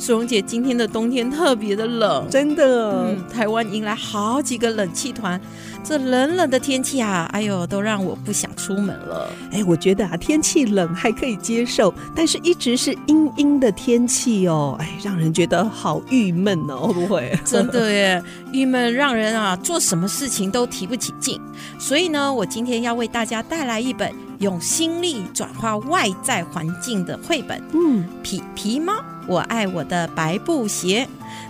苏荣姐，今天的冬天特别的冷，真的，嗯，台湾迎来好几个冷气团，这冷冷的天气啊，哎呦，都让我不想出门了。哎、我觉得啊，天气冷还可以接受，但是一直是阴阴的天气哦，哎，让人觉得好郁闷哦， 会不会？ 真的耶，郁闷让人啊，做什么事情都提不起劲。所以呢，我今天要为大家带来一本用心力转化外在环境的绘本。嗯，皮皮猫，我爱我的白布鞋。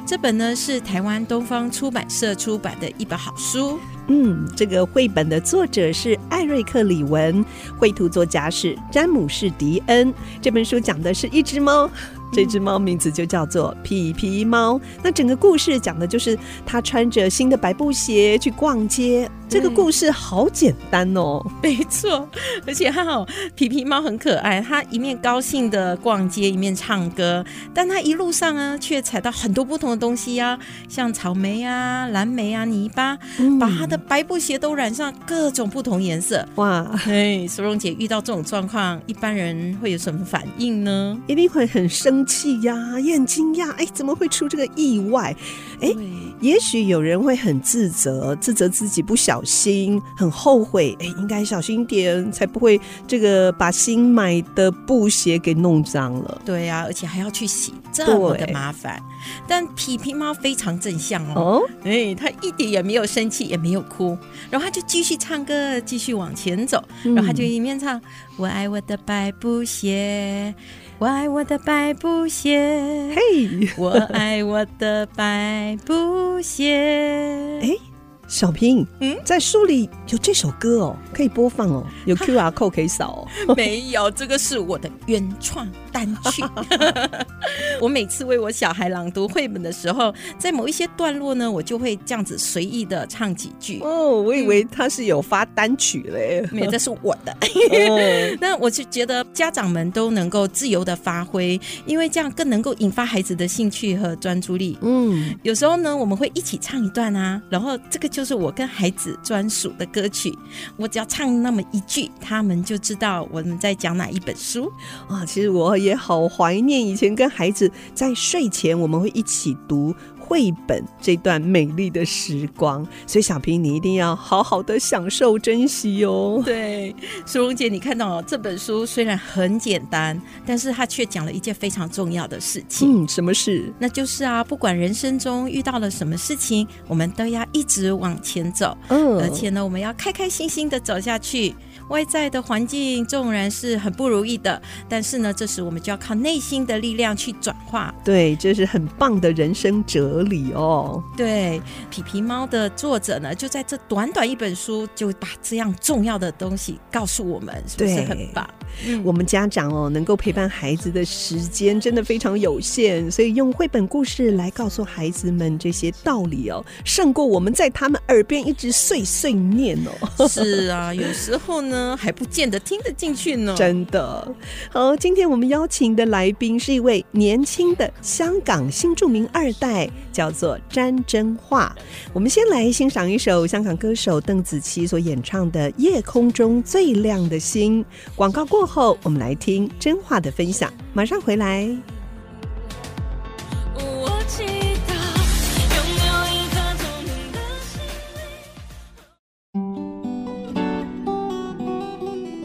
这本呢是台湾东方出版社出版的一本好书。嗯，这个绘本的作者是艾瑞克·里文，绘图作家是詹姆士·迪恩。这本书讲的是一只猫，这只猫名字就叫做皮皮猫。那整个故事讲的就是它穿着新的白布鞋去逛街。这个对故事好简单哦。 没错，而且它好皮皮猫很可爱，它一面高兴的逛街，一面唱歌，但它一路上啊却踩到很多不同的东西啊，像草莓啊、蓝莓啊、泥巴，嗯把它的白布鞋都染上各种不同 颜色。哇，哎，苏荣姐遇到这种状况，一般人会有什么反应呢？一定会很生气呀，也很惊讶，哎，怎么会出这个意外？哎对，也许有人会很自责，自责自己不小心，很后悔，哎，应该小心点，才不会这个把新买的布鞋给弄脏了。对呀、而且还要去洗，这么的对麻烦。但皮皮猫非常正向哦，哦，哎、它一点也没有生气，也没有哭，然后它就继续唱歌，继续往前走，嗯然后它就一面唱：“我爱我的白布鞋，我爱我的白布鞋，嘿，我爱我的白布鞋。”哎小平，嗯在书里有这首歌哦，可以播放哦，有 QR code 可以扫哦。 没有，这个是我的原创单 曲。我每次为我小孩朗读绘本的时候，在某一些段落呢，我就会这样子随意的唱几句。哦，我以为它是有发单曲嘞。 没有，这是我的。哦那我是觉得家长们都能够自由的发挥，因为这样更能够引发孩子的兴趣和专注力。嗯，有时候呢，我们会一起唱一段啊，然后这个就是我跟孩子专属的歌曲。我只要唱那么一句，他们就知道我们在讲哪一本书。啊，其实我也好怀念以前跟孩子在睡前，我们会一起读绘本这段美丽的时光。所以小平，你一定要好好的享受、珍惜哦。 对，苏荣姐，你看到、哦、这本书虽然很简单，但是它却讲了一件非常重要的事情。嗯，什么事？那就是啊，不管人生中遇到了什么事情，我们都要一直往前走，嗯而且呢，我们要开开心心的走下去。外在的环境纵然是很不如意的，但是呢，这时我们就要靠内心的力量去转化。对，这是很棒的人生哲理哦。对，皮皮猫的作者呢，就在这短短一本书，就把这样重要的东西告诉我们，是不是对很棒？我们家长哦，能够陪伴孩子的时间真的非常有限，所以用绘本故事来告诉孩子们这些道理哦，胜过我们在他们耳边一直碎碎念哦。 是啊，有时候呢还不见得听得进去呢。真的好，今天我们邀请的来宾是一位年轻的香港新著名二代，叫做詹真华。我们先来欣赏一首香港歌手邓紫棋所演唱的《夜空中最亮的星》。广告过后，我们来听真话的分享，马上回来。我知道，拥有一颗透明的心。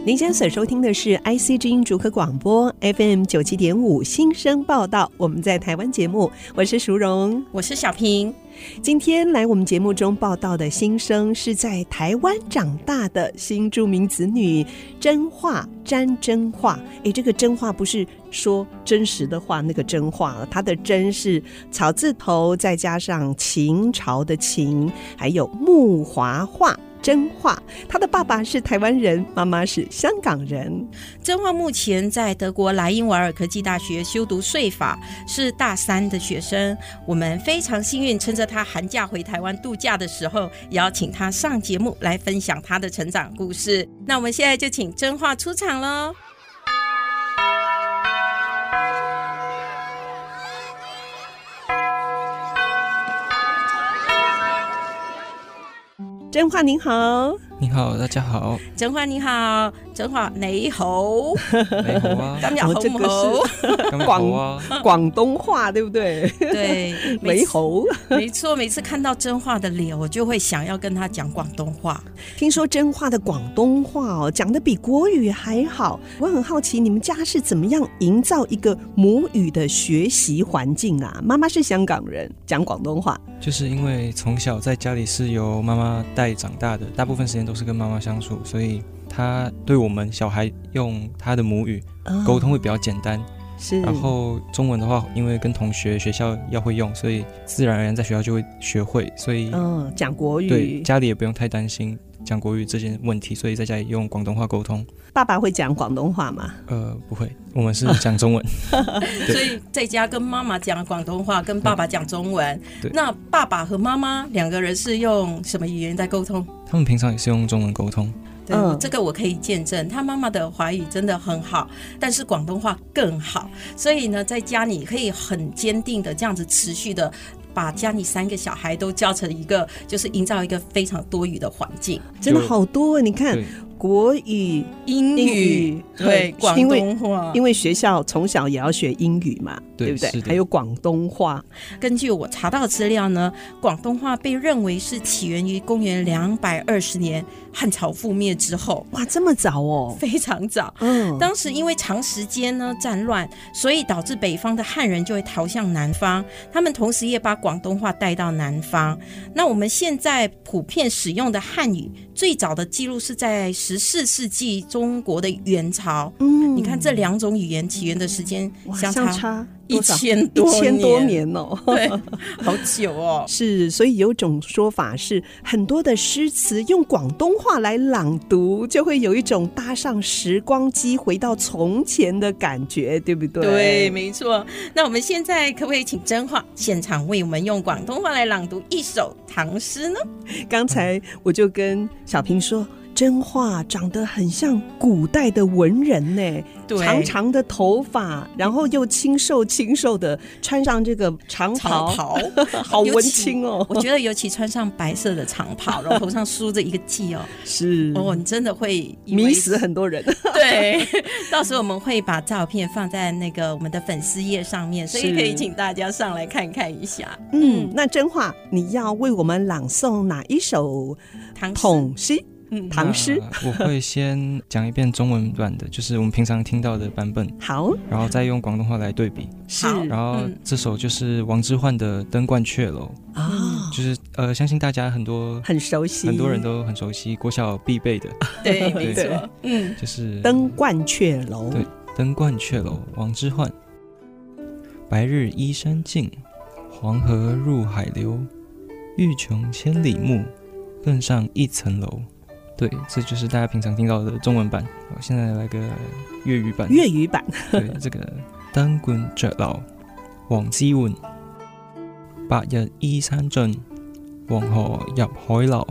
您现在所收听的是 IC 之音竹科广播 FM 九七点五新生报道，我们在台湾节目，我是淑荣。我是小平，今天来我们节目中报道的新生是在台湾长大的新著名子女真话詹真话。诶，这个真话不是说真实的话，那个真话啊，它的真是草字头再加上秦朝的秦，还有木华话。真话，她的爸爸是台湾人，妈妈是香港人。曾焕目前在德国莱茵瓦尔科技大学修读税法，是大三的学生。我们非常幸运，趁着他寒假回台湾度假的时候，邀请他上节目来分享他的成长故事。那我们现在就请真话出场喽。真话您好，你好，大家好，真焕你好，真焕你 好，雷猴 啊，今日好这唔个好？是刚猴啊，广东话，对不 对？对，每雷次猴。没错，每次看到真话的脸，我就会想要跟他讲广东话。听说真话的广东话哦，讲的比国语还好。我很好奇，你们家是怎么样营造一个母语的学习环境啊？妈妈是香港人，讲广东话，就是因为从小在家里是由妈妈带长大的，大部分时间都是跟妈妈相处，所以她对我们小孩用她的母语啊沟通会比较简单。是。然后中文的话，因为跟同学、学校要会用，所以自然而然在学校就会学会，所以、嗯，讲国对语，家里也不用太担心讲国语这件问题，所以在家里用广东话沟通。爸爸会讲广东话吗？呃，不会，我们是讲 中文。对所以在家跟妈妈讲广东话，跟爸爸讲中文。对那爸爸和妈妈两个人是用什么语言在沟通？他们平常也是用中文沟通。对，嗯这个我可以见证，他妈妈的华语真的很好，但是广东话更好。所以呢，在家里可以很坚定的这样子持续的。把家里三个小孩都教成一个，就是营造一个非常多语的环境，真的好多，你看对国语、英英语语对嗯广因为东话，因为学校从小也要学英语嘛，对不对是？的还有广东话，根据我查到的资料呢，广东话被认为是起源于公元两百二十年汉朝覆灭之后， 哇，这么早哦，非常早。嗯，当时因为长时间呢战乱，所以导致北方的汉人就会逃向南方，他们同时也把广东话带到南方。那我们现在普遍使用的汉语，最早的记录是在十四世纪中国的元朝。嗯你看这两种语言起源的时间哇相相差差一多少千一多千多年年哦， 对，好久哦。是，所以有种说法是，很多的诗词用广东话来朗读，就会有一种搭上时光机回到从前的感觉，对不对？对，没错。那我们现在可不可以请真话现场为我们用广东话来朗读一首唐诗呢？刚才我就跟小平说。真话长得很像古代的文人呢，长长的头发，然后又清瘦清瘦的，穿上这个长长 袍，袍，好尤文其青哦哦我觉得尤其穿上白色的长袍，然后头上梳着一个髻哦，是哦，你真的会以为迷死。很多人。 对，到时候我们会把照片放在那个我们的粉丝页上面，所以是可以请大家上来看看一下。嗯，那真话，你要为我们朗诵哪一首唐诗，统诗？嗯唐诗那呃我会先讲一遍中文版的， 就是我们平常听到的版本，好，然后再用广东话来对比。是好然后嗯哦这首就是王之涣的《登鹳雀楼》，啊，就是呃，相信大家很多很熟悉，很多人都很熟悉，国小必备的， 对，没对错，嗯，就是《登鹳雀楼》对登鹳雀楼，王之涣。白日依山尽，黄河入海流。欲穷千里目，更上一层楼。对，这就是大家平常听到的中文版。好，现在来个粤语版。粤语版。对，这個燈冠雀樓，黃之涣。白日依山盡，黃河入海流。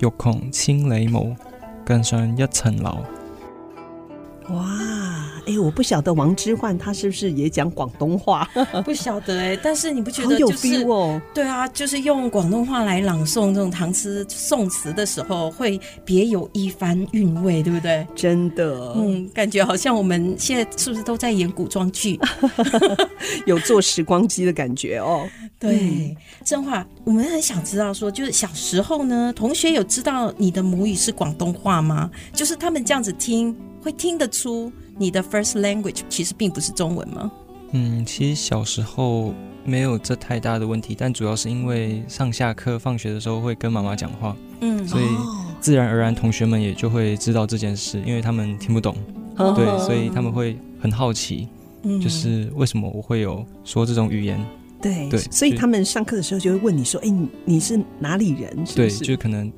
欲窮千里目，更上一層樓。哇，哎，我不晓得王之涣他是不是也讲广东话，不晓得哎、但是你不 觉好得有就是、 feel 哦。对啊，就是用广东话来朗诵这种唐诗宋词的时候，会别有一番韵味，对不对？真的，嗯，感觉好像我们现在是不是都在演古装剧？有坐时光机的感觉哦。对，真话，我们很想知道说，就是小时候呢，同学有知道你的母语是广东话吗？就是他们这样子听，会听得出你的 first language 其实并不是中文吗？嗯，其实小时候没有这太大的问题，但主要是因为上下课、放学的时候会跟妈妈讲话，嗯，所以自然而然同学们也就会知道这件事，因为他们听不懂，哦对，所以他们会很好奇，嗯就是为什么我会有说这种语言，对对所以就他们上课的时候就会问你说：“哎，你你是哪里人？”是不对，是就可能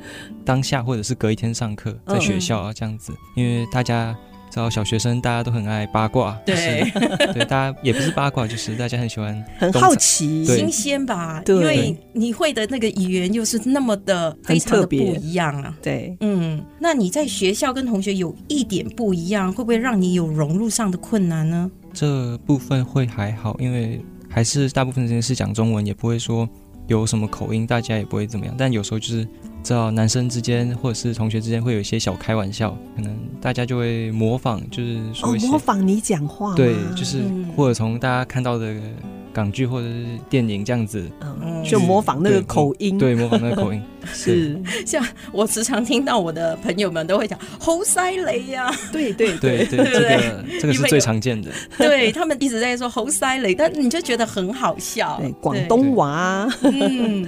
当下或者是隔一天上课，嗯在学校啊这样子，因为大家。知道小学生大家都很爱八卦，对就是， 对，大家也不是八卦，就是大家很喜欢很懂好得奇。对新鲜吧？对因为你会的那个语言又是那么的非常特的不别一样啊。对嗯，那你在学校跟同学有一点不一样，会不会让你有融入上的困难呢？这部分会还好，因为还是大部分时间是讲中文，也不会说有什么口音，大家也不会怎么样。但有时候就是知道男生之间或者是同学之间会有一些小开玩笑，可能大家就会模仿，就是哦说一，些、模仿啊你讲话吗对，就是、嗯或者从大家看到的港剧或者是电影这样子，嗯，嗯就模仿那个对口音。，对，模仿那个 口音是，像我时常听到我的朋友们都会讲“猴塞雷”呀，对对对对，这个 这个因是为最有常见的， 对他们一直在说“猴塞雷”，但你就觉得很好笑。对，广东娃啊。对，嗯，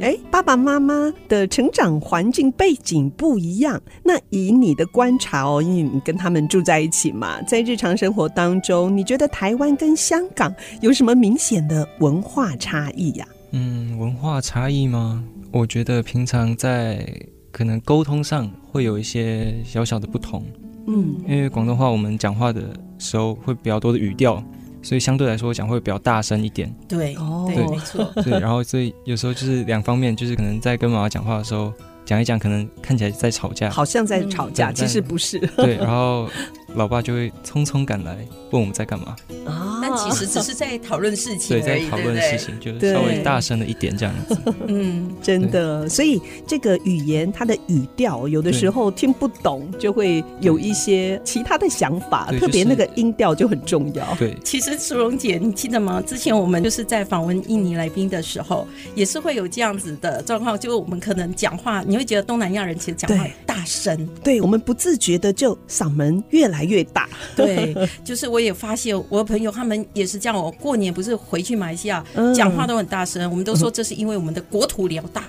哎，爸爸妈妈的成长环境背景不一样，那以你的观察哦，因为你跟他们住在一起嘛，在日常生活当中，你觉得台湾跟香港有什么明显的文化差异呀、嗯，文化差异吗？我觉得平常在可能沟通上会有一些小小的不同，嗯，因为广东话我们讲话的时候会比较多的语调，所以相对来说讲会比较大声一点。嗯对，哦对，没错， 对，然后所以有时候就是两方面，就是可能在跟妈妈讲话的时候讲一讲，可能看起来在吵架，好像在吵架，嗯其实不 是对，然后老爸就会匆匆赶来问我们在干嘛，啊但其实只是在讨论事情对，而在已，讨对不论对事？情，就对稍微大声了一点这样子。嗯，真的，所以这个语言它的语调，有的时候听不懂，就会有一些其他的想法，对特别就那是个音调就很重要。对，其实苏荣姐，你记得吗？之前我们就是在访问印尼来宾的时候，也是会有这样子的状况，就是我们可能讲话，你会觉得东南亚人其实讲话对大声，对我们不自觉的就嗓门越来越大， 对，就是我也发现我的朋友他们也是这样。我过年不是回去马来西亚嗯，讲话都很大声，我们都说这是因为我们的国土辽 大，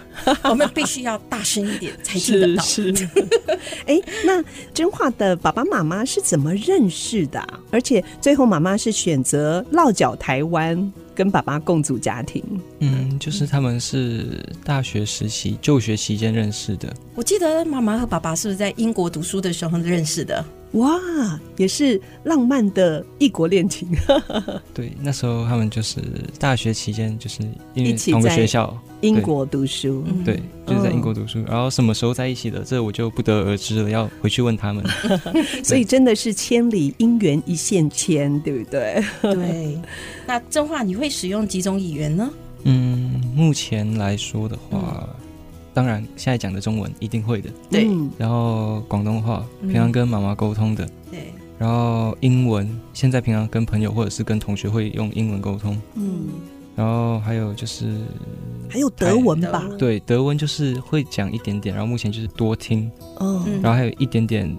我们必须要大声一点才听得到。 是。哎，那真话的爸爸妈妈是怎么认识的啊、而且最后妈妈是选择落脚台湾，跟爸爸共组家庭。嗯，就是他们是大学实习就学期间认识的，我记得妈妈和爸爸是不是在英国读书的时候认识的？哇，也是浪漫的异国恋情，对，那时候他们就是大学期间，就是因为一起同个在学校，英国读书。嗯对，就是在英国读书。然后什么时候在一起的，这我就不得而知了，要回去问他们。所以真的是千里姻缘一线牵，对不对？对。那真话你会使用几种语言呢？嗯，目前来说的话，当然现在讲的中文一定会的，对嗯然后广东话嗯平常跟妈妈沟通的，对，然后英文现在平常跟朋友或者是跟同学会用英文沟通，嗯，然后还有就是还有德文吧台，德对德文就是会讲一点点，然后目前就是多听，嗯嗯，然后还有一点点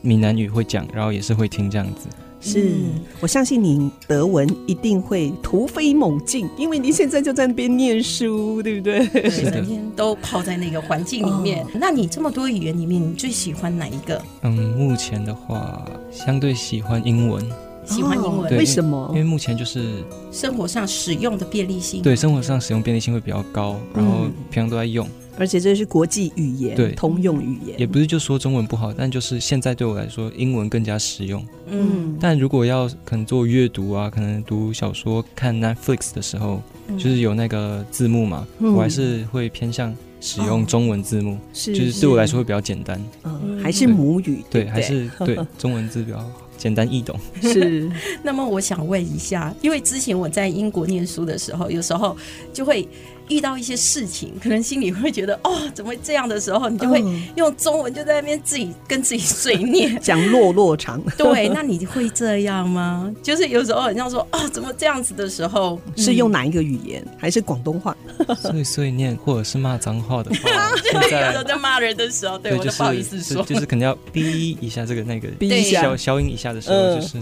闽南语会讲，然后也是会听这样子。是嗯我相信你德文一定会突飞猛进，因为你现在就在那边念书，对不对？是对，的哦整天都泡在那个环境里面。那你这么多语言里面，你最喜欢哪一个？嗯，目前的话，相对喜欢英文，喜欢英哦文，对为什因么为？目前就是生活上使用的便利性。对生活上使用便利性会比较高，然后嗯平常都在用，而且这是国际语言，对通用语也言。不是就说中文不好，但就是现在对我来说，英文更加实用。嗯，但如果要可能做阅读啊，可能读小说、看 Netflix 的时候，嗯就是有那个字幕嘛，嗯哦我还是会偏向使用中文字幕，是就是对我来说会比较简单。嗯嗯还是母语， 对，不还是对中文字比较简单易懂。 是，那么我想问一下，因为之前我在英国念书的时候，有时候就会遇到一些事情，可能心里会觉得哦，怎么会这样的时候，你就会嗯。用中文就在那边自己跟自己碎 念讲落落长，对，那你会这样吗？就是有时候很像说哦，怎么这样子的时候， 是嗯用哪一个语言？还是广东话？碎碎念或者是骂脏话的话，现对，有时候在在骂人的时候， 对我就都是不好意思说就，就是可能要逼一下这个 那个逼一下消消音一下的时嗯候，就是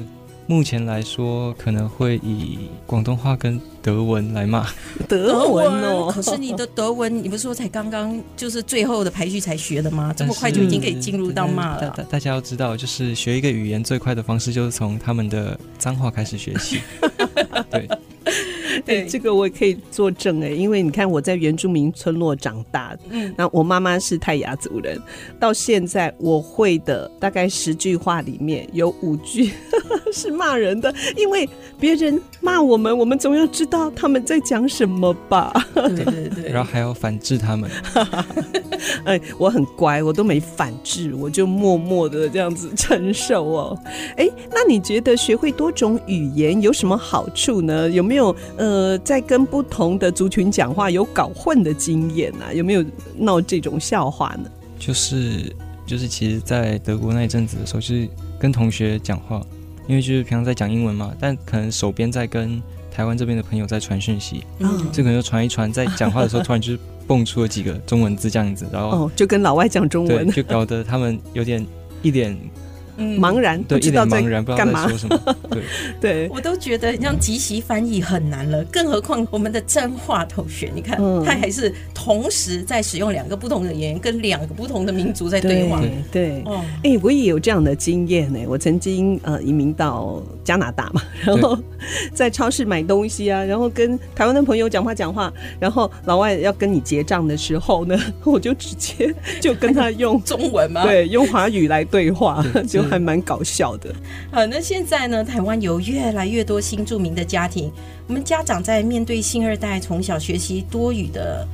目前来说可能会以广东话跟德文来骂，德文哦，可是你的德文，你不是说才刚刚就是最后的排序才学的 吗？这么但是快就已经可以进入到骂大了大。大家要知道，就是学一个语言最快的方式就是从他们的脏话开始学 习。对，哎这个我可以作证哎，因为你看我在原住民村落长大，嗯那我妈妈是泰雅族人，到现在我会的大概十句话里面有五句 是骂人的，因为别人骂我们，我们总要知道他们在讲什么吧。对对对，然后还要反制他们。哎，我很乖，我都没反制，我就默默的这样子承受哦。哎，那你觉得学会多种语言有什么好处呢？有没有呃，在跟不同的族群讲话有搞混的经验啊？有没有闹这种笑话呢？就是就是，其实，在德国那一阵子的时候，就是跟同学讲话，因为就是平常在讲英文嘛，但可能手边在跟台湾这边的朋友在传讯息，嗯这可能就传一传，在讲话的时候突然就是蹦出了几个中文字这样子，然后、哦，就跟老外讲中对，文，就搞得他们有点一脸嗯茫然，对不一知脸道在茫然，不知道干嘛在。说什么。对，对， 我都觉得你像即席翻译很难了，更何况我们的真话同学，你看、嗯他还是同时在使用两个不同的语言，跟两个不同的民族在对话。对对。哦，哎、我也有这样的经验呢、我曾经呃移民到加拿大嘛，然后 在超市买东西啊，然后跟台湾的朋友讲话讲话，然后老外要跟你结账的时候呢， 我就直接就跟他 用中文吗？。对用华语来对话，对就这还蛮搞笑的。好，啊那现在呢，台湾有越来越多新住民的家庭，我们家长在面对新二代从小学习多语的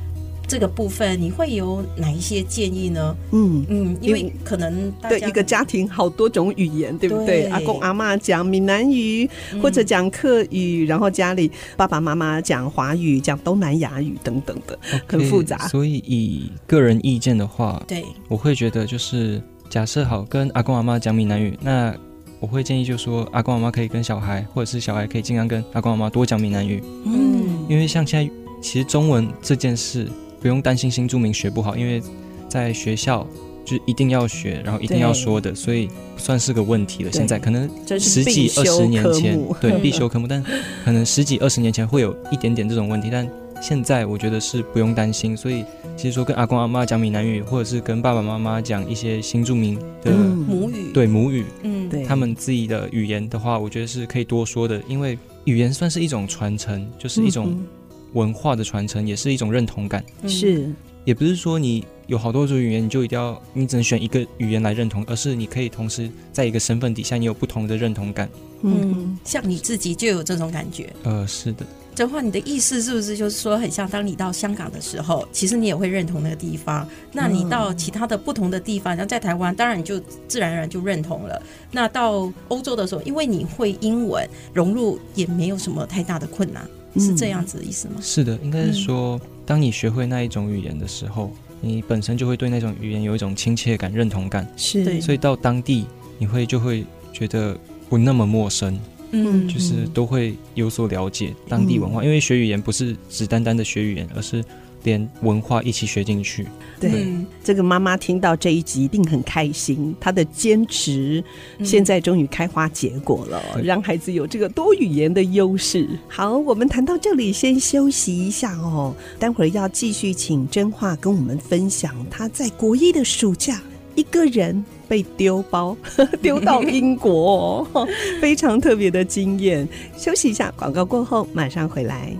这个部分，你会有哪一些建议呢？嗯。嗯，因因为可能大对家一个家庭好多种语言，对不对？对阿公阿妈讲闽南语，嗯或者讲客语，然后家里爸爸妈妈讲华语、讲东南亚语等等的。 很 OK，复杂所以以个人意见的话，对我会觉得就是假设好跟阿公阿妈讲闽南语，那我会建议就说阿公阿妈可以跟小孩，或者是小孩可以尽量跟阿公阿妈多讲闽南语，哦嗯因为像现在其实中文这件事不用担心新住民学不好，因为在学校。就一定要学，然后一定要说的，所以不算是个问题了。对现在可能这是十几必二十修年科前目，对嗯必修科目，但可能十几二十年前会有一点点这种问题，但现在我觉得是不用担心。所以其实说跟阿公阿妈讲闽南语，或者是跟爸爸妈妈讲一些新住民的、嗯母语，对母语，嗯对他们自己的语言的话，我觉得是可以多说的，因为语言算是一种传承，就是一种嗯文化的传承，也是一种认同感。嗯嗯是也不是说你有好多种语言，你就一定要你只能选一个语言来认同，而是你可以同时在一个身份底下，你有不同的认同感。嗯嗯，像你自己就有这种感觉。呃，是的。这话你的意思是不是就是说，很像当你到香港的时候，其实你也会认同那个地方。那你到其他的不同的地方，像在台湾，当然你就自然而然就认同了。那到欧洲的时候，因为你会英文，融入也没有什么太大的困难，嗯是这样子的意思吗？是的，应该是说，当你学会那一种语言的时候，你本身就会对那种语言有一种亲切感、认同感，是对所以到当地你会就会觉得不那么陌生，嗯就是都会有所了解当地文化。因为学语言不是只单单的学语言，而是连文化一起学进去。对。嗯这个妈妈听到这一集一定很开心，她的坚持嗯现在终于开花结果了，对让孩子有这个多语言的优势。好，我们谈到这里，先休息一下哦，待会儿要继续请真话跟我们分享她在国一的暑假一个人。被丢包， 丢到英国、哦， 非常特别的经验。休息一下，广告过后马上回来。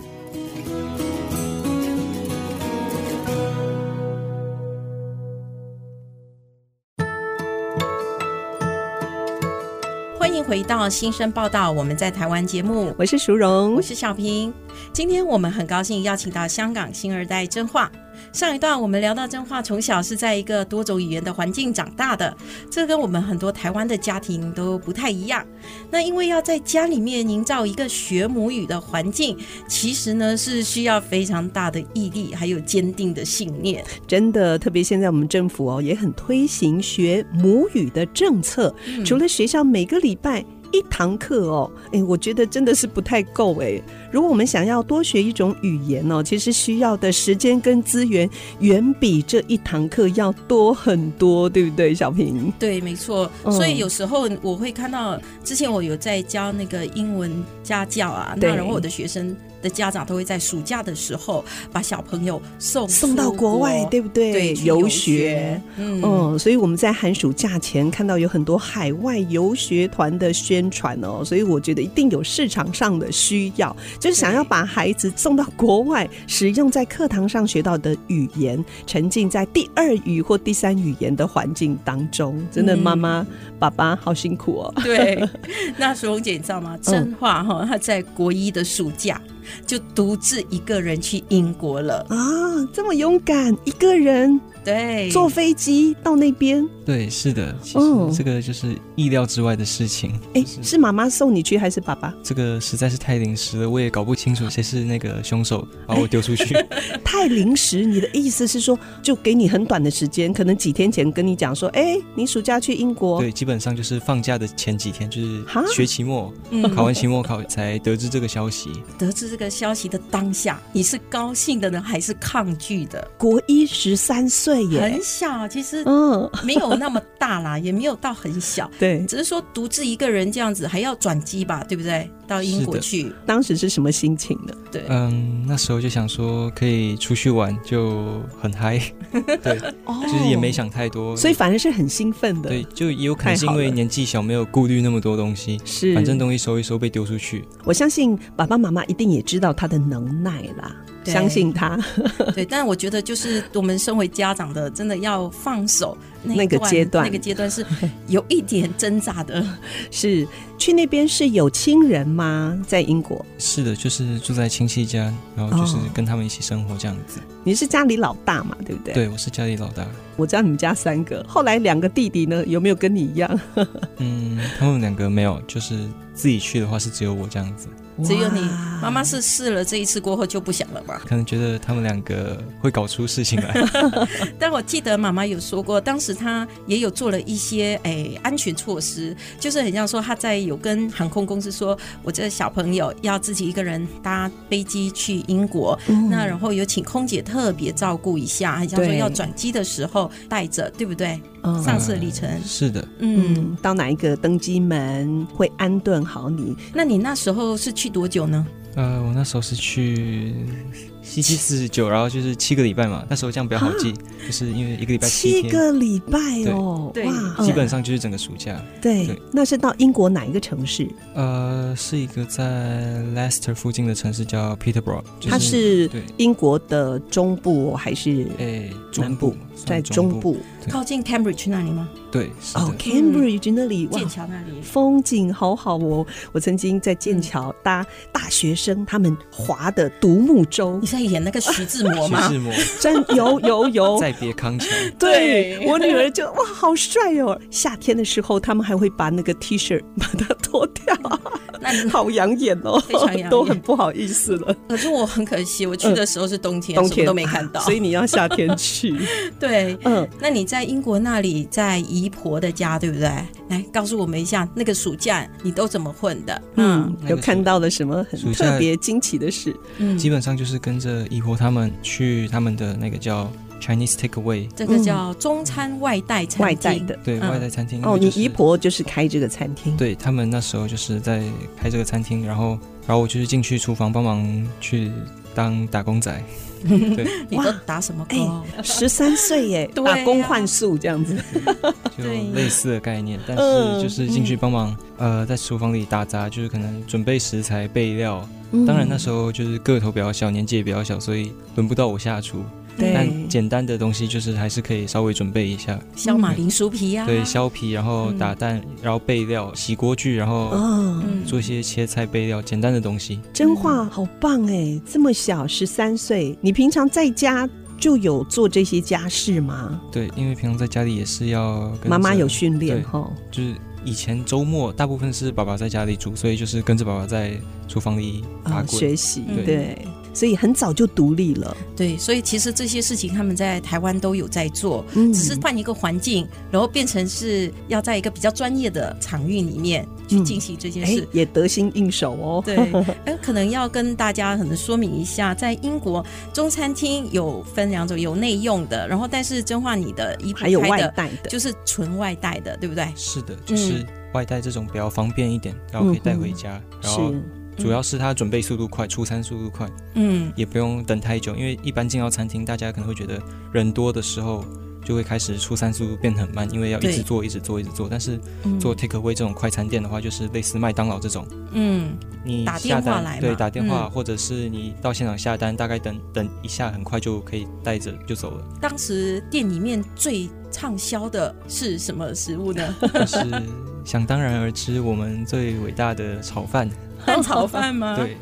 欢迎回到新生报道，我们在台湾节目，我是淑荣我，是小平。今天我们很高兴邀请到香港新二代真话上一段我们聊到真话，从小是在一个多种语言的环境长大的，这跟我们很多台湾的家庭都不太一样。那因为要在家里面营造一个学母语的环境，其实呢是需要非常大的毅力，还有坚定的信念。真的，特别现在我们政府哦也很推行学母语的政策，嗯除了学校每个礼拜。一堂课哦，哎，我觉得真的是不太够哎。如果我们想要多学一种语言哦，其实需要的时间跟资源远比这一堂课要多很多，对不对，小平？对，没错。嗯所以有时候我会看到，之前我有在教那个英文家教啊，对那然后我的学生的家长都会在暑假的时候把小朋友送送到出国外，对不对？对，去游游学。，嗯。嗯，所以我们在寒暑假前看到有很多海外游学团的宣传哦，所以我觉得一定有市场上的需要，就是想要把孩子送到国外，使用在课堂上学到的语言，沉浸在第二语或第三语言的环境当中。真的，嗯妈妈、爸爸好辛苦哦。对， 那芙蓉姐你知道吗？嗯真话哈、她在国一的暑假就独自一个人去英国了。啊，这么勇敢，一个人对，坐飞机到那边，对，是的，其哦实这个就是意料之外的事情。哎，是妈妈送你去还是爸爸？这个实在是太临时了，我也搞不清楚谁是那个凶手把我丢出去。 太临时，你的意思是说，就给你很短的时间，可能几天前跟你讲说，哎、你暑假去英国，对，基本上就是放假的前几天，就是哦哈学期末嗯考完期末考才得知这个 消息。得知这个消息的当下，你是高兴的呢，还是抗拒的？国一十三岁耶很，小，其实嗯，没有那么大啦，也没有到很小，对，只是说独自一个人这样子，还要转机吧，对不对？到英国是的去，当时是什么心情呢？对，嗯，那时候就想说可以出去玩，就很 嗨，对，哦就是也没，想太多。所以反而是很兴奋的，对，，就也有可能是太好因为了年纪小，没有顾虑那么多东西，是，反正东西收一收被丢出去。我相信爸爸妈妈一定也知道他的能耐啦，对相信他对，但我觉得就是我们身为家长的，真的要放手那一那个阶段那个阶段是有一点挣扎的。是去那边是有亲人吗？在英国，是的，就是住在亲戚家，然后就是哦跟他们一起生活这样子。你是家里老大嘛，对不对？，对，我是家里老大。我知道你们家三个，后来两个弟弟呢，有没有跟你一样？嗯，他们两个没有，就是自己去的话是只有我这样子。只有你哇妈妈是试了这一次过后就不想了嘛。可能觉得他们两个会搞出事情来。但我记得妈妈有说过，当时她也有做了一些诶、安全措施，就是很像说她在有跟航空公司说，我这小朋友要自己一个人搭飞机去英国，嗯那然后有请空姐特别照顾一下，很像说对要转机的时候带着，对不对？嗯上次的里程，是的，嗯，嗯，到哪一个登机门会安顿好你？那你那时候是去多久呢？呃，我那时候是去星期四十九，然后就是七个礼拜嘛，那时候这样比较好记，就是因为一个礼拜啊七七天，个礼拜哦，对哇，基本上就是整个暑假。嗯对对，那是到英国哪一个城市？呃，是一个在 Leicester 附近的城市叫 Peterborough，就它是对，英国的中部还是南诶，哎中部部，算在中，部？对靠近 Cambridge 那里吗？对，是哦的， ，Cambridge 那里哇剑。桥那里。风景好好哦！我曾经在剑桥搭大学生他们划的独木舟你，在演那个徐志摩 徐吗？志摩 真游游游，再别康桥，对对我女儿就哇，好帅哦！夏天的时候，他们还会把那个 T 恤把它脱掉，那你 好养眼哦，非常养眼都很不好意思了。可是我很可惜，我去的时候是冬天，冬什么天都没看 到。所以你要夏天去。 对，嗯，那你在英国那里，在姨婆的家，对不对？来告诉我们一下，那个暑假你都怎么混的？嗯，那个有看到了什么很暑假特别惊奇的事？嗯，基本上就是跟着姨婆他们去他们的那个叫 Chinese Takeaway，这个叫中餐外带餐厅，外在的对嗯外带餐厅。哦，因为你就是姨婆就是开这个餐厅，对他们那时候就是在开这个餐厅，然后然后我就是进去厨房帮忙去当打工仔，你都打什哎么工？十三岁耶， 对啊打工呀换宿这样子。就对类似的 概念，但哦嗯是就是进去帮忙，呃，在厨房里打杂，就是可能准备食材备料。嗯当然那时候就是个头比较小，年纪也比较小，所以轮不到我下厨，但对，简单的东西就是还是可以稍微准备一下，嗯削马铃薯皮呀、啊，对，削皮，然后嗯打蛋，然后备料，洗锅具，然后哦，嗯做一些切菜备料，简单的东西。真话好棒哎！这么小，十三岁，你平常在家就有做这些家事吗？对，因为平常在家里也是要跟妈妈着有训练对哈，就是以前周末大部分是爸爸在家里煮，所以就是跟着爸爸在厨房里打啊，滚。学习嗯对，所以很早就独立了，对，所以其实这些事情他们在台湾都有在做，嗯只是换一个环境，然后变成是要在一个比较专业的场域里面去进行这件哎事。也得心应手哦， 对，呃，可能要跟大家可能说明一下，在英国中餐厅有分两种，有内用的，然后但是真话你的一还有开外的带的，就是纯外带的，对不对？是的，就是外带这种比较方便一点，然后可以带回家，嗯然后是主要是它准备速度快，出餐速度快，嗯，也不用等太久，因为一般进到餐厅，大家可能会觉得人多的时候。就会开始出餐速度变得很慢，因为要一对直做、一直做、一直做。但是嗯做 takeaway 这种快餐店的话，就是类似麦当劳这种，嗯，你打电话下单来对嘛打电话，嗯或者是你到现场下单，大概等等一下，很快就可以带着就走 了。当时店里面最畅销的是什么食物 呢？就是想当然而知，我们最伟大的炒饭，蛋炒饭吗？对，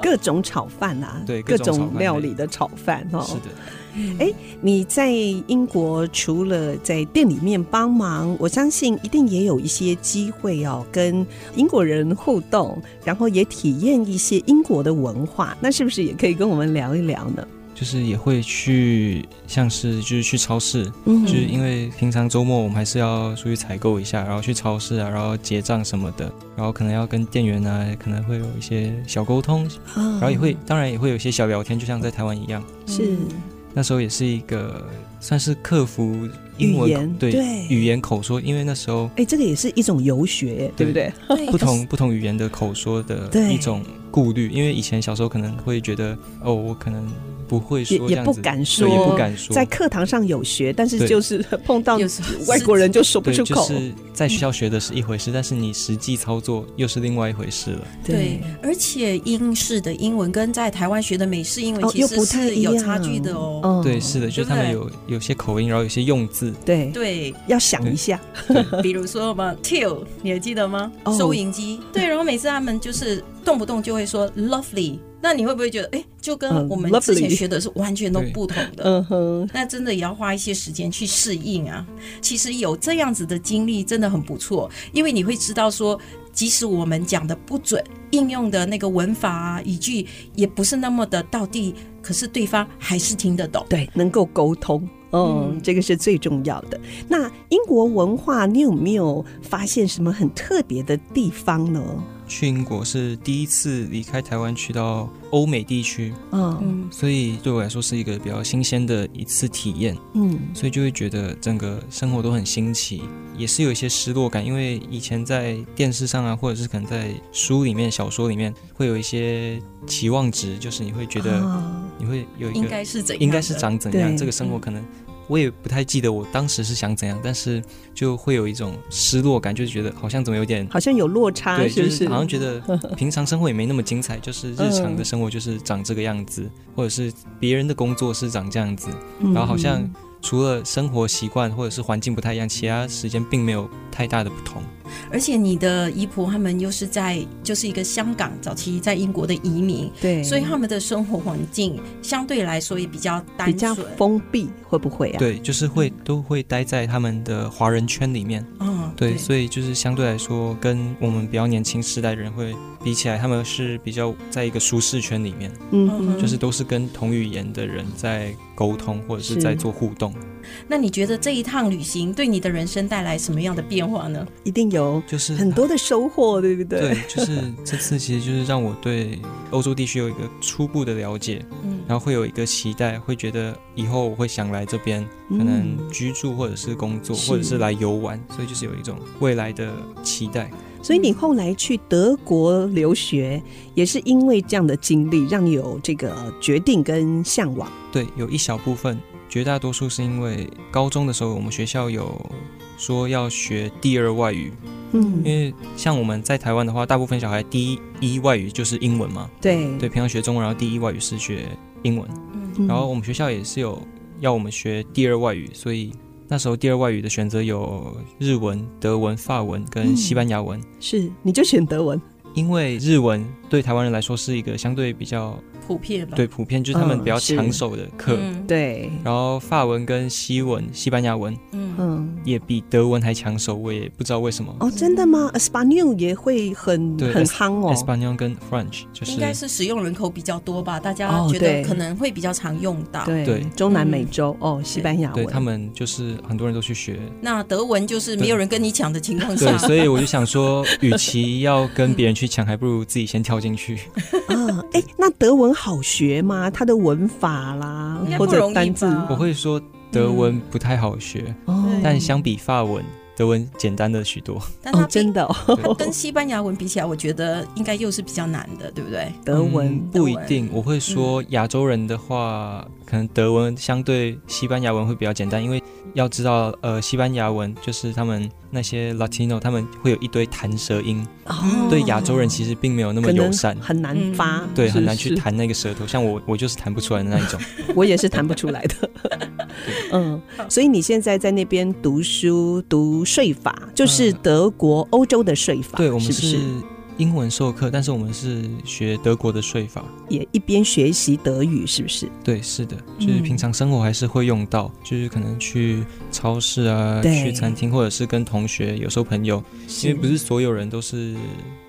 各种炒饭啊，对各各种炒种饭料理的炒饭哦。是的，你在英国除了在店里面帮忙，我相信一定也有一些机会哦，跟英国人互动，然后也体验一些英国的文化。那是不是也可以跟我们聊一聊呢？就是也会去，像是就是去超市，嗯就是因为平常周末我们还是要出去采购一下，然后去超市啊，然后结账什么的，然后可能要跟店员啊，可能会有一些小沟通，啊然然后也会当然也会有一些小聊天，就像在台湾一样。嗯是那时候也是一个算是克服英文语言对对语言口说，因为那时候哎，这个也是一种游学，对不对？对不同不同语言的口说的哎对一种顾虑，因为以前小时候可能会觉得哦，我可能不会也说这也样不子敢对说，也不敢说，在课堂上有学，但是对就是 碰到有时候外国人就说不对，出就口。是在学校学的是一回事，但是你实际操作又是另外一回事了。对，而且英式的英文跟在台湾学的美式英文哦，其又实不太是一有样，差距的哦。嗯对，是的，就是他们对有有些口音，然后有些用字，对，对，要想一下，比如说 我们 till，你还记得吗？哦收银机。对，然后每次他们就是动不动就会说 lovely，那你会不会觉得，哎，就嗯跟我们之前 lovely 学的是完全都不同 的？嗯哼，那真的也要花一些时间去适应啊。其实有这样子的经历真的很不错，因为你会知道说，即使我们讲的不准，应用的那个文法啊、语句也不是那么的到地，可是对方还是听得懂。对，能够沟通。嗯，嗯这个是最重要的。那英国文化，你有没有发现什么很特别的地方呢？去英国是第一次离开台湾去到欧美地区，嗯嗯，所以对我来说是一个比较新鲜的一次体验。嗯，所以就会觉得整个生活都很新奇，也是有一些失落感，因为以前在电视上啊，或者是可能在书里面、小说里面，会有一些期望值，就是你会觉得啊你会有一应个该是怎样的？应该是长怎样，对这个生活嗯可能我也不太记得我当时是想怎样，但是就会有一种失落感，就是觉得好像怎么有点。好像有落差，对，是就不是 是？好像觉得平常生活也没那么精彩，就是日常的生活就是长这个样子，或者是别人的工作是长这样子，嗯然后好像除了生活习惯或者是环境不太一样，其他时间并没有太大的不同。而且你的姨婆他们又是在就是一个香港早期在英国的移民，对，所以他们的生活环境相对来说也比较单比纯，较封闭，会不会啊？，对，就是会都会待在他们的华人圈里面。嗯，对，所以就是相对来说，跟我们比较年轻时代的人会比起来，他们是比较在一个舒适圈里面，嗯嗯哼，就是都是跟同语言的人在沟通或者是是在做互动。那你觉得这一趟旅行对你的人生带来什么样的变化呢？一定有就是很多的收获，对不对？对，就是这次其实就是让我对欧洲地区有一个初步的了解，嗯，然后会有一个期待，会觉得以后我会想来这边，嗯可能居住或者是工作，是或者是来游玩，所以就是有一种未来的期待。所以你后来去德国留学，也是因为这样的经历，让你有这个决定跟向往。对，有一小部分，绝大多数是因为高中的时候我们学校有说要学第二外语，嗯，因为像我们在台湾的话，大部分小孩第一外语就是英文嘛，对对，，平常学中文，然后第一外语是学英文，嗯然后我们学校也是有要我们学第二外语，所以那时候第二外语的嗯选择有日文、德文、法文跟西班牙文。是你就选德文，因为日文对台湾人来说是一个相对比较普遍吧？对普遍，就是他们嗯比较是抢手的课。嗯，对，然后法文跟西文、西班牙文嗯，嗯。也比德文还抢手，我也不知道为什么。哦，真的吗？Espanol 也会很对很夯哦 Espanol 跟 French 就应该是是使用人口比较多吧？大家哦觉对得可能会比较常用到。对，对嗯中南美洲、哦，西班牙对文，他们就是很多人都去学，那德文就是没有人跟你抢的情况下对，，所以我就想说，与其要跟别人去抢，还不如自己先跳进去。啊，哎，那德文好学吗？它的文法啦应该，不或容者易单字，吧我会说德文不太好学，嗯哦但相比法文，德文简单了许多。但它哦，比真的它哦，跟西班牙文比起来，我觉得应该又是比较难的，对不对？德嗯文嗯不一定，我会说亚洲人的话，可能德文相对西班牙文会比较简单，因为要知道，呃，西班牙文就是他们那些 Latino，他们会有一堆弹舌音，哦对亚洲人其实并没有嗯那么可友能善。很难发嗯，对，很是难去是弹那个舌头，像我，我就是弹不出来的那 一种。我也是弹不出来 的。嗯，所以你现在在那边读书读税法，就是嗯德国、欧洲的税法，对，我们是不是是英文授课，但是我们是学德国的税法。也一边学习德语？是不是？对，是的，就是嗯平常生活还是会用到，就是可能去超市啊，对去餐厅，或者是跟同学，有时候朋友，因为不是所有人都是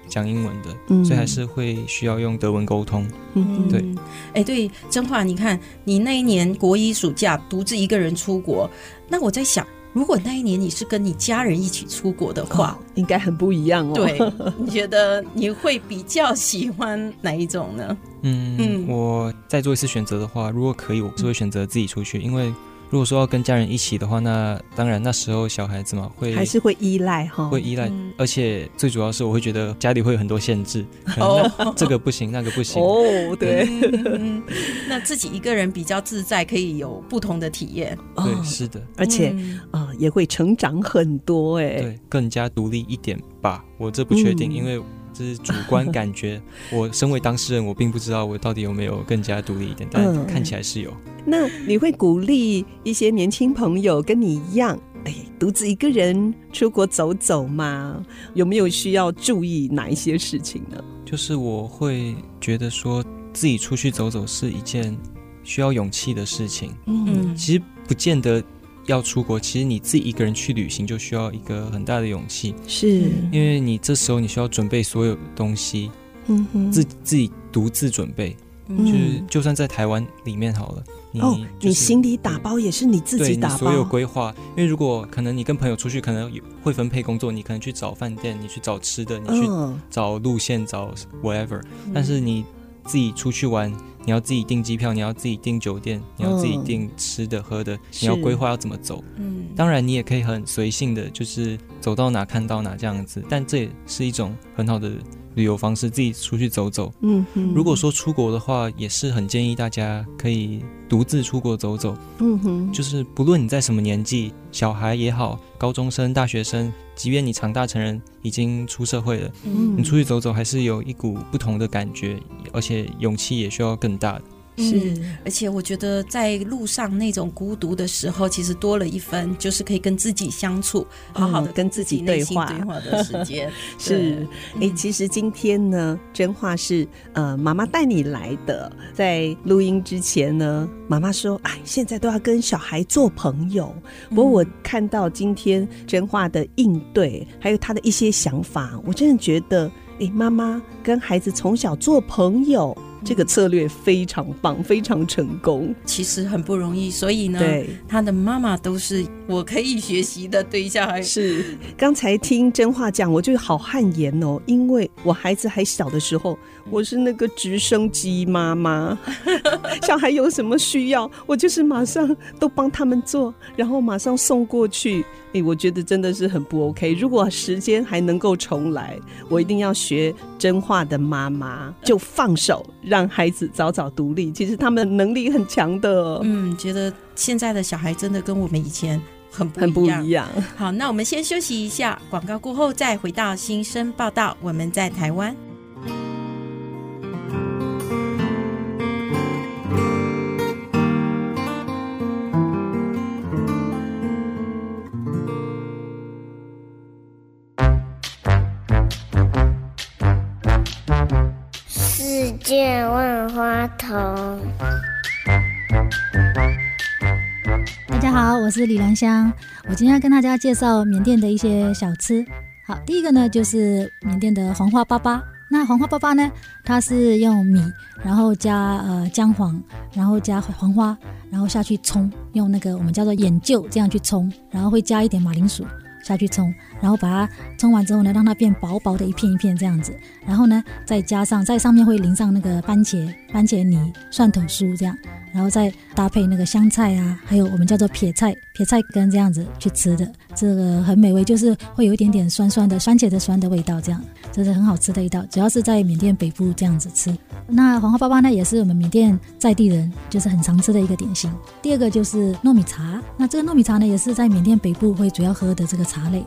讲英文的，嗯所以还是会需要用德文沟通。嗯，对嗯，哎，对，真话，你看你那一年国一暑假独自一个人出国，那我在想，如果那一年你是跟你家人一起出国的话哇，，应该很不一样哦。对，你觉得你会比较喜欢哪一种呢？嗯，嗯我再做一次选择的话，如果可以，我嗯是会选择自己出去，因为如果说要跟家人一起的话，那当然那时候小孩子嘛，会还是会依赖哈。会依赖，嗯而且最主要是我会觉得家里会有很多限制，可能哦那这个不行，那个不行。哦，对，嗯，那自己一个人比较自在，可以有不同的体验，哦对，是的，而且嗯啊、也会成长很多哎、对，更加独立一点吧。我这不确定，嗯因为这是主观感 觉。我身为当事人，我并不知道我到底有没有更加独立一点，但嗯看起来是有。那你会鼓励一些年轻朋友跟你一样，哎，独自一个人出国走走吗？有没有需要注意哪一些事情呢？就是我会觉得说自己出去走走是一件需要勇气的事情。嗯，其实不见得要出国，其实你自己一个人去旅行就需要一个很大的勇气，是，因为你这时候你需要准备所有东西，嗯哼自自己独自准备。嗯就是就算在台湾里面好了，你、哦，就是你行李打包也是你自对己你打所有包，规划，因为如果可能你跟朋友出去，可能有会分配工作，你可能去找饭店，你去找吃的，你去嗯，找路线，找 whatever。嗯但是你自己出去玩，你要自己订机票，你要自己订酒店，你要自己嗯订吃的喝的，是你要规划要怎么走。嗯，当然，你也可以很随性的，就是走到哪看到哪这样子，但这也是一种很好的旅游方式，自己出去走走。嗯哼，如果说出国的话，也是很建议大家可以独自出国走走。嗯哼，就是不论你在什么年纪，小孩也好，高中生、大学生，即便你长大成人，已经出社会了，嗯你出去走走还是有一股不同的感觉，而且勇气也需要更大的。嗯是，而且我觉得在路上那种孤独的时候，其实多了一分，就是可以跟自己相处，好好的嗯跟自己内对心话对话的时 间是，哎、嗯其实今天呢，真话是呃，妈妈带你来的。在录音之前呢，妈妈说，哎，现在都要跟小孩做朋友。不过我看到今天真话的应对，还有她的一些想法，我真的觉得，哎、妈妈跟孩子从小做朋友这个策略非常棒，非常成功。其实很不容易，所以呢，对，他的妈妈都是我可以学习的对象。是，刚才听真话讲，我就好汗颜哦，因为我孩子还小的时候，嗯我是那个直升机妈妈， 小孩有什么需要，我就是马上都帮他们做，然后马上送过去。诶，我觉得真的是很不 OK。如果时间还能够重来，我一定要学真话的妈嗯妈，就放手让孩子早早独立。其实他们能力很强的，哦嗯，觉得现在的小孩真的跟我们以前很不很不样一。样。好，那我们先休息一下，广告过后再回到新生报道。我们在台湾。看万花筒。大家好，我是李兰香。我今天要跟大家介绍缅甸的一些小吃。好，第一个呢就是缅甸的黄花粑粑。那黄花粑粑呢，它是用米，然后加呃姜黄，然后加黄花，然后下去冲，用那个我们叫做眼臼这样去冲，然后会加一点马铃薯下去冲，然后把它冲完之后呢，让它变薄薄的一片一片这样子，然后呢再加上在上面会淋上那个番茄、番茄泥、蒜头酥这样。然后再搭配那个香菜啊，还有我们叫做撇菜、撇菜根这样子去吃的，这个很美味，就是会有一点点酸酸的、酸茄的酸的味道，这样这是很好吃的一道。主要是在缅甸北部这样子吃。那黄花粑粑呢，也是我们缅甸在地人就是很常吃的一个点心。第二个就是糯米茶，那这个糯米茶呢，也是在缅甸北部会主要喝的这个茶类。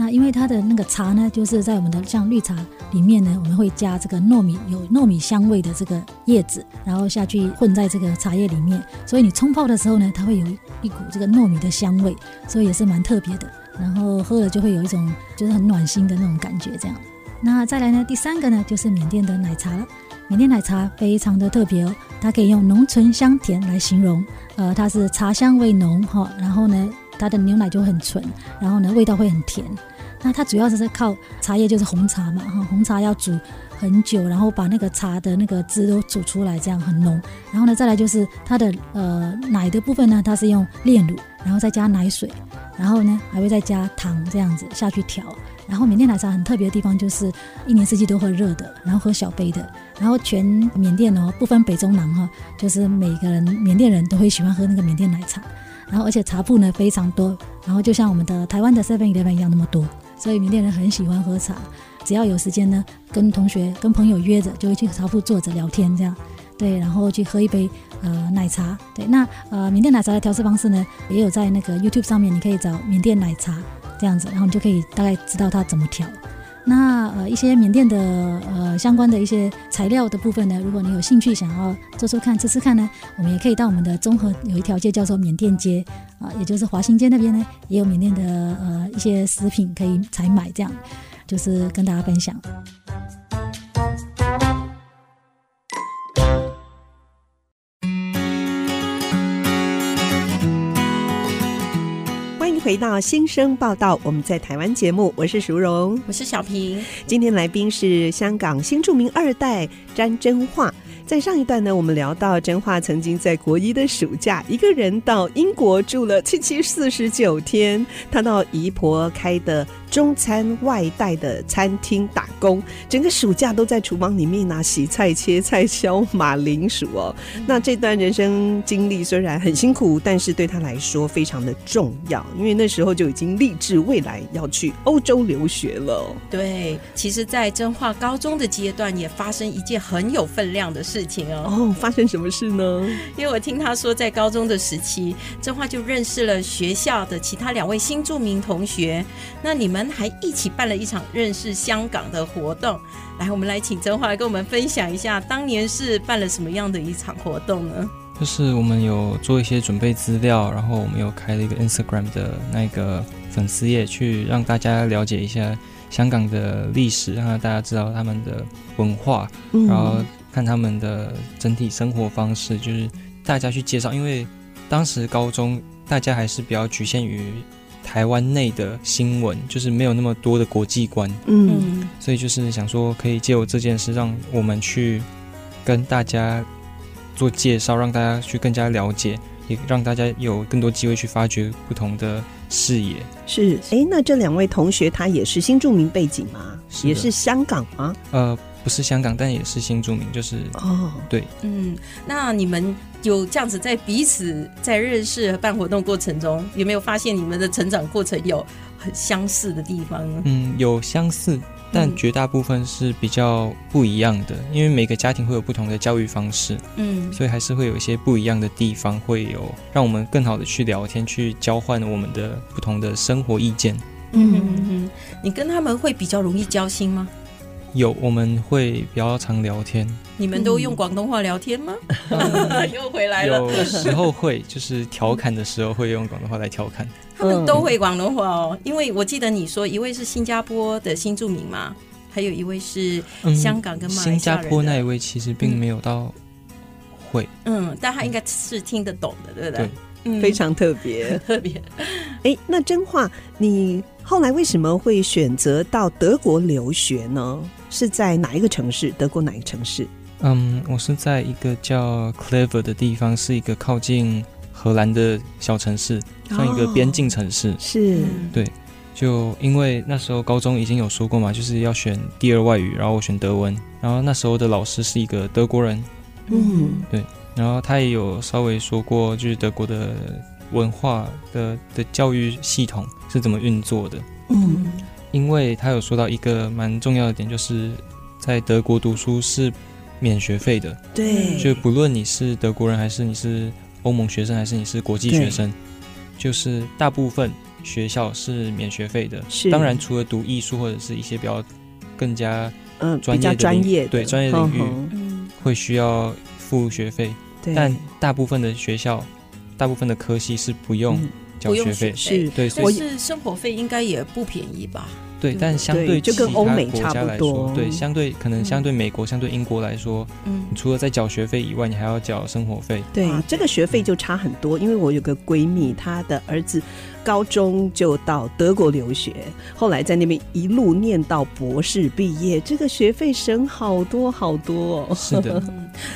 那因为它的那个茶呢，就是在我们的像绿茶里面呢，我们会加这个糯米有糯米香味的这个叶子，然后下去混在这个茶叶里面，所以你冲泡的时候呢，它会有一股这个糯米的香味，所以也是蛮特别的。然后喝了就会有一种就是很暖心的那种感觉，这样。那再来呢，第三个呢就是缅甸的奶茶了。缅甸奶茶非常的特别哦，它可以用浓醇香甜来形容，呃，它是茶香味浓哈、然后呢，它的牛奶就很纯，然后呢，味道会很甜。那它主要是在靠茶叶，就是红茶嘛，哈，红茶要煮很久，然后把那个茶的那个汁都煮出来，这样很浓。然后呢，再来就是它的呃奶的部分呢，它是用炼乳，然后再加奶水，然后呢还会再加糖这样子下去调。然后缅甸奶茶很特别的地方就是一年四季都喝热的，然后喝小杯的。然后全缅甸哦，不分北中南哈、就是每个人缅甸人都会喜欢喝那个缅甸奶茶。然后而且茶铺呢非常多，然后就像我们的台湾的 Seven Eleven 一样那么多。所以缅甸人很喜欢喝茶，只要有时间呢，跟同学、跟朋友约着，就会去茶铺坐着聊天这样。对，然后去喝一杯呃奶茶。对，那呃缅甸奶茶的调制方式呢，也有在那个 YouTube 上面，你可以找缅甸奶茶这样子，然后你就可以大概知道它怎么调。那呃一些缅甸的呃相关的一些材料的部分呢，如果你有兴趣想要做做看、吃吃看呢，我们也可以到我们的综合有一条街叫做缅甸街，啊、也就是华新街那边呢，也有缅甸的呃一些食品可以采买，这样就是跟大家分享。欢迎回到《新生报道》，我们在台湾节目，我是淑荣。我是小平，今天来宾是香港新著名二代詹真化。在上一段呢，我们聊到真化曾经在国一的暑假，一个人到英国住了七七四十九天。他到姨婆开的中餐外带的餐厅打工，整个暑假都在厨房里面啊洗菜、切菜、削马铃薯哦。那这段人生经历虽然很辛苦，但是对他来说非常的重要，因为那时候就已经立志未来要去欧洲留学了哦。对，其实，在真化高中的阶段，也发生一件很有分量的事情哦。哦，发生什么事呢？因为我听他说，在高中的时期，真话就认识了学校的其他两位新著名同学。那你们还一起办了一场认识香港的活动。来，我们来请真话来跟我们分享一下，当年是办了什么样的一场活动呢？就是我们有做一些准备资料，然后我们有开了一个 Instagram 的那个粉丝页，去让大家了解一下香港的历史，让大家知道他们的文化，嗯然后看他们的整体生活方式，就是大家去介绍，因为当时高中大家还是比较局限于台湾内的新闻，就是没有那么多的国际观，嗯嗯，所以就是想说可以借由这件事，让我们去跟大家做介绍，让大家去更加了解，也让大家有更多机会去发掘不同的视野。是，哎，那这两位同学他也是新著名背景吗？是的也是香港吗？呃，不是香港，但也是新著名，就是哦，嗯，那你们有这样子在彼此在认识和办活动过程中，有没有发现你们的成长过程有很相似的地方呢？嗯有相似，但嗯绝大部分是比较不一样的，因为每个家庭会有不同的教育方式，嗯所以还是会有一些不一样的地方，会有让我们更好的去聊天，去交换我们的不同的生活意见。嗯嗯嗯，你跟他们会比较容易交心吗？有我们会比较常聊天，你们都用广东话聊天吗？ 又回来了，有时候会，就是调侃的时候会用广东话来调侃。他们都会广东话哦。因为我记得你说一位是新加坡的新住民嘛，还有一位是嗯，香港跟马来西亚新加坡人的那一位其实并没有到会，嗯，但他应该是听得懂的，对不对？对嗯非常特别。特别。 哎，那真话，你后来为什么会选择到德国留学呢？是在哪一个城市？德国哪一个城市？嗯，我是在一个叫 Clever 的地方，是一个靠近荷兰的小城市，算一个边境城市。是嗯对就因为那时候高中已经有说过嘛，就是要选第二外语，然后我选德文，然后那时候的老师是一个德国人，嗯然后他也有稍微说过，就是德国的文化的的教育系统是怎么运作的，嗯因为他有说到一个蛮重要的点，就是在德国读书是免学费的，对，就不论你是德国人，还是你是欧盟学生，还是你是国际学生，就是大部分学校是免学费的。是当然，除了读艺术或者是一些比较更加嗯专比业的较领专业的对专业领域嗯哼嗯会需要付学费，对但大部分的学校、大部分的科系是不用嗯交学费。是对，但所以是生活费应该也不便宜吧？对，但相对其就他跟欧美国差家不来多说，对，相对可能相嗯对美国、相对英国来说，嗯你除了在缴学费以外，你还要缴生活费。对啊，这个学费就差很多，因为我有个闺蜜，她的儿子高中就到德国留学，后来在那边一路念到博士毕业，这个学费省好多好多、哦。是 的，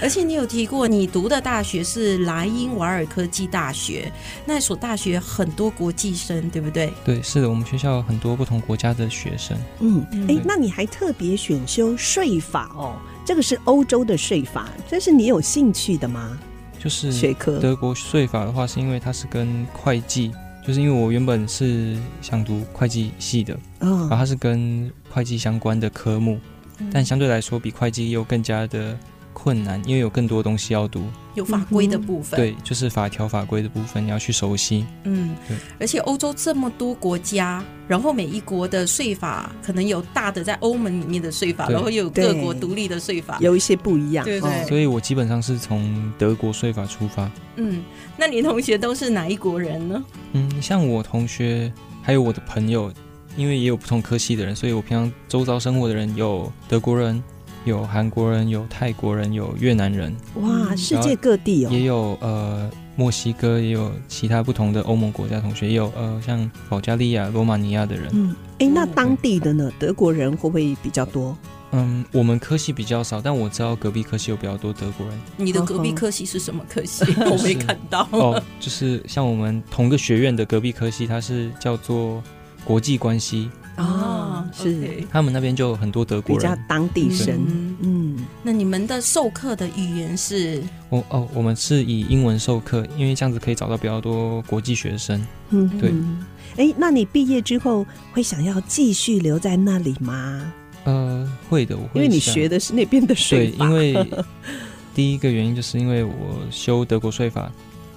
而且你有提过，你读的大学是莱茵瓦尔科技大学，那所大学很多国际生，对不对？对，是的，我们学校有很多不同国家的学生。嗯，哎对，那你还特别选修税法哦，这个是欧洲的税法，这是你有兴趣的吗？就是学科德国税法的话，是因为它是跟会计，就是因为我原本是想读会计系的，然后啊，它是跟会计相关的科目，嗯但相对来说比会计又更加的困难，因为有更多东西要读。有法规的部分，对，就是法条法规的部分你要去熟悉。嗯对，而且欧洲这么多国家，然后每一国的税法可能有大的在欧盟里面的税法，对然后又有各国对独立的税法。有一些不一样，对对哦所以我基本上是从德国税法出发。嗯，那你同学都是哪一国人呢？嗯，像我同学还有我的朋友，因为也有不同科系的人，所以我平常周遭生活的人有德国人，有韩国人，有泰国人，有越南人，哇，嗯世界各地也哦，有呃墨西哥，也有其他不同的欧盟国家同学，也有呃像保加利亚、罗马尼亚的人。嗯，哎，那当地的呢，德国人会不会比较多？嗯，我们科系比较少，但我知道隔壁科系有比较多德国人。你的隔壁嗯哼科系是什么科 系？我没看到。哦，就是像我们同个学院的隔壁科系，它是叫做国际关系，啊，是他们那边就有很多德比国较人。当地生，嗯，嗯，那你们的授课的语言是我哦，我们是以英文授课，因为这样子可以找到比较多国际学生。嗯，对嗯。哎，那你毕业之后会想要继续留在那里吗？呃，会的，我会因为你想学的是那边的税对，法，因为 第一个原因就是因为我修德国税法，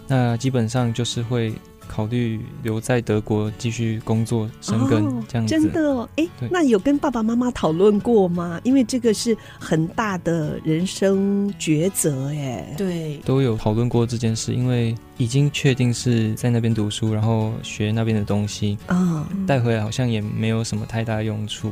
那基本为就是会考虑留在德国继续工作生根、哦这样子。真的哦，哎对，那有跟爸爸妈妈讨论过吗？因为这个是很大的人生抉择，哎，对，都有讨论过这件事，因为已经确定是在那边读书，然后学那边的东西，啊，带回来好像也没有什么太大 用处，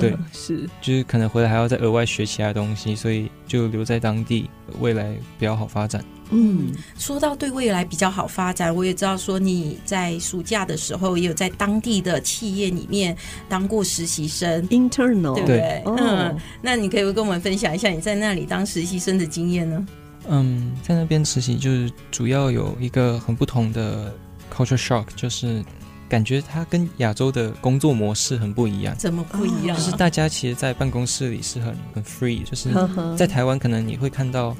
对，是，就是可能回来还要再额外学其他东西，所以就留在当地，未来比较好发展。嗯，说到对未来比较好发展，我也知道说你在暑假的时候也有在当地的企业里面当过实习生，对不 internal，对对？哦嗯，，那你可以跟我们分享一下你在那里当实习生的经验呢？嗯，在那边实习就是主要有一个很不同的 culture shock，就是感觉它跟亚洲的工作模式很不一样，怎么不一样就是啊？大家其实，在办公室里是很很 free，就是呵呵在台湾可能你会看到。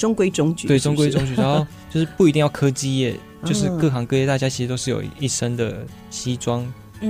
中规中矩，对，是中不规是中矩。然后就是不一定要科技业，就是嗯各行各业大家其实都是有一身的西装，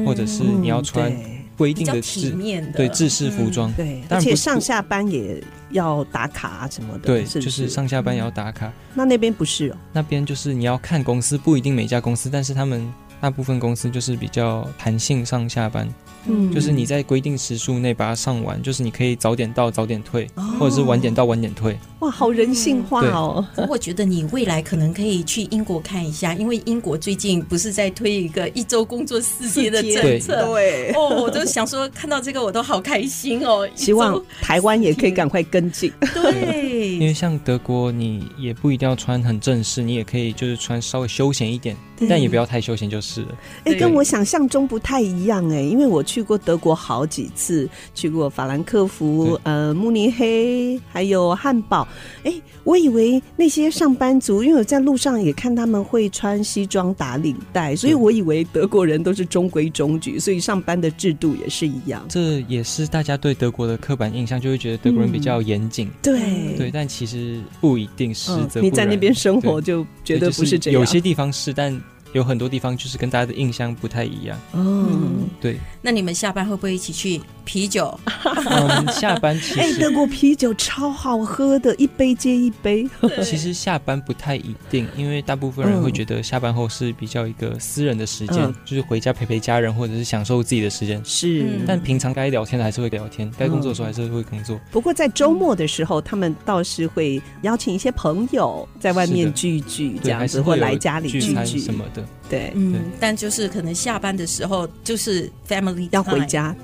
或者是嗯你要穿对规比定较的体制面的，对制式服装。对，当然而且不上下班也要打卡什么的，对，是不就是上下班也要打卡。那那边不是哦，那边就是你要看公司，不一定每家公司，但是他们大部分公司就是比较弹性上下班，嗯就是你在规定时数内把它上完，就是你可以早点到早点退，哦或者是晚点到晚点退。哇，好人性化哦，嗯我觉得你未来可能可以去英国看一下，因为英国最近不是在推一个一周工作四天的政策。对。 哦，我都想说，看到这个我都好开心哦！一 周嗯希望台湾也可以赶快跟进。因 为对，像德国，你也不一定要穿很正式，你也可以就是穿稍微休闲一点，但也不要太休闲就是了。哎、对跟我想象中不太一样哎、因为我去过德国好几次，去过法兰克福、呃慕尼黑，还有汉堡。哎、我以为那些上班族，因为我在路上也看他们会穿西装打领带，所以嗯我以为德国人都是中规中矩，所以上班的制度也是一样。这也是大家对德国的刻板印象，就会觉得德国人比较严谨。对对，，但其实不一定，实嗯则、你在那边生活就对，绝对就不是这样。有些地方是，但有很多地方就是跟大家的印象不太一样。嗯， 对，那你们下班会不会一起去啤酒？啊嗯，下班其哎、德实国啤酒超好喝的，一杯接一 杯。其实下班不太一定，因为大部分人会嗯觉得下班后是比较一个私人的时间，嗯就是回家陪陪家人或者是享受自己的时间。是嗯但平常该聊天的还是会聊天，该工作的时候还是会工作。不过在周末的时候，他们倒是会邀请一些朋友在外面聚一聚，这对，样还子是或会有来家里聚聚餐聚什么的。对，对嗯，但就是可能下班的时候就是 family 要回 time 家。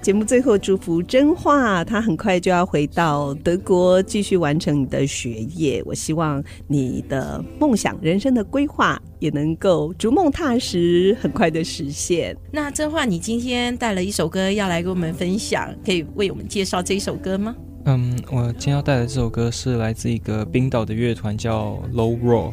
节目最后祝福真话，他很快就要回到德国继续完成你的学业。我希望你的梦想、人生的规划也能够逐梦踏实，很快的实现。那真话，你今天带了一首歌要来跟我们分享，可以为我们介绍这一首歌吗？嗯，我今天要带来这首歌是来自一个冰岛的乐团叫 Low Roll，、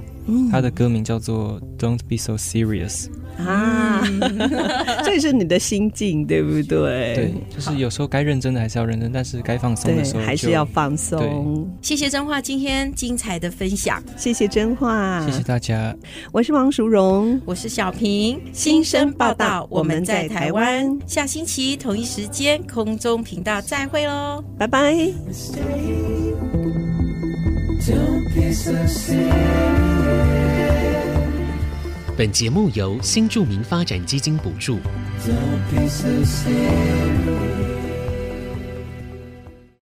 它嗯的歌名叫做 Don't Be So Serious。啊， 这是你的心境，对不对？嗯对，就是有时候该认真的还是要认真，但是该放松的时候哎对，还是就要。放松。谢谢真话今天精彩的分享，谢谢真话，谢谢大家。我是王淑荣。我是小平，新生报道我们在台湾下星期同一时间空中频道再会喽。拜拜。本节目由新著名发展基金补助。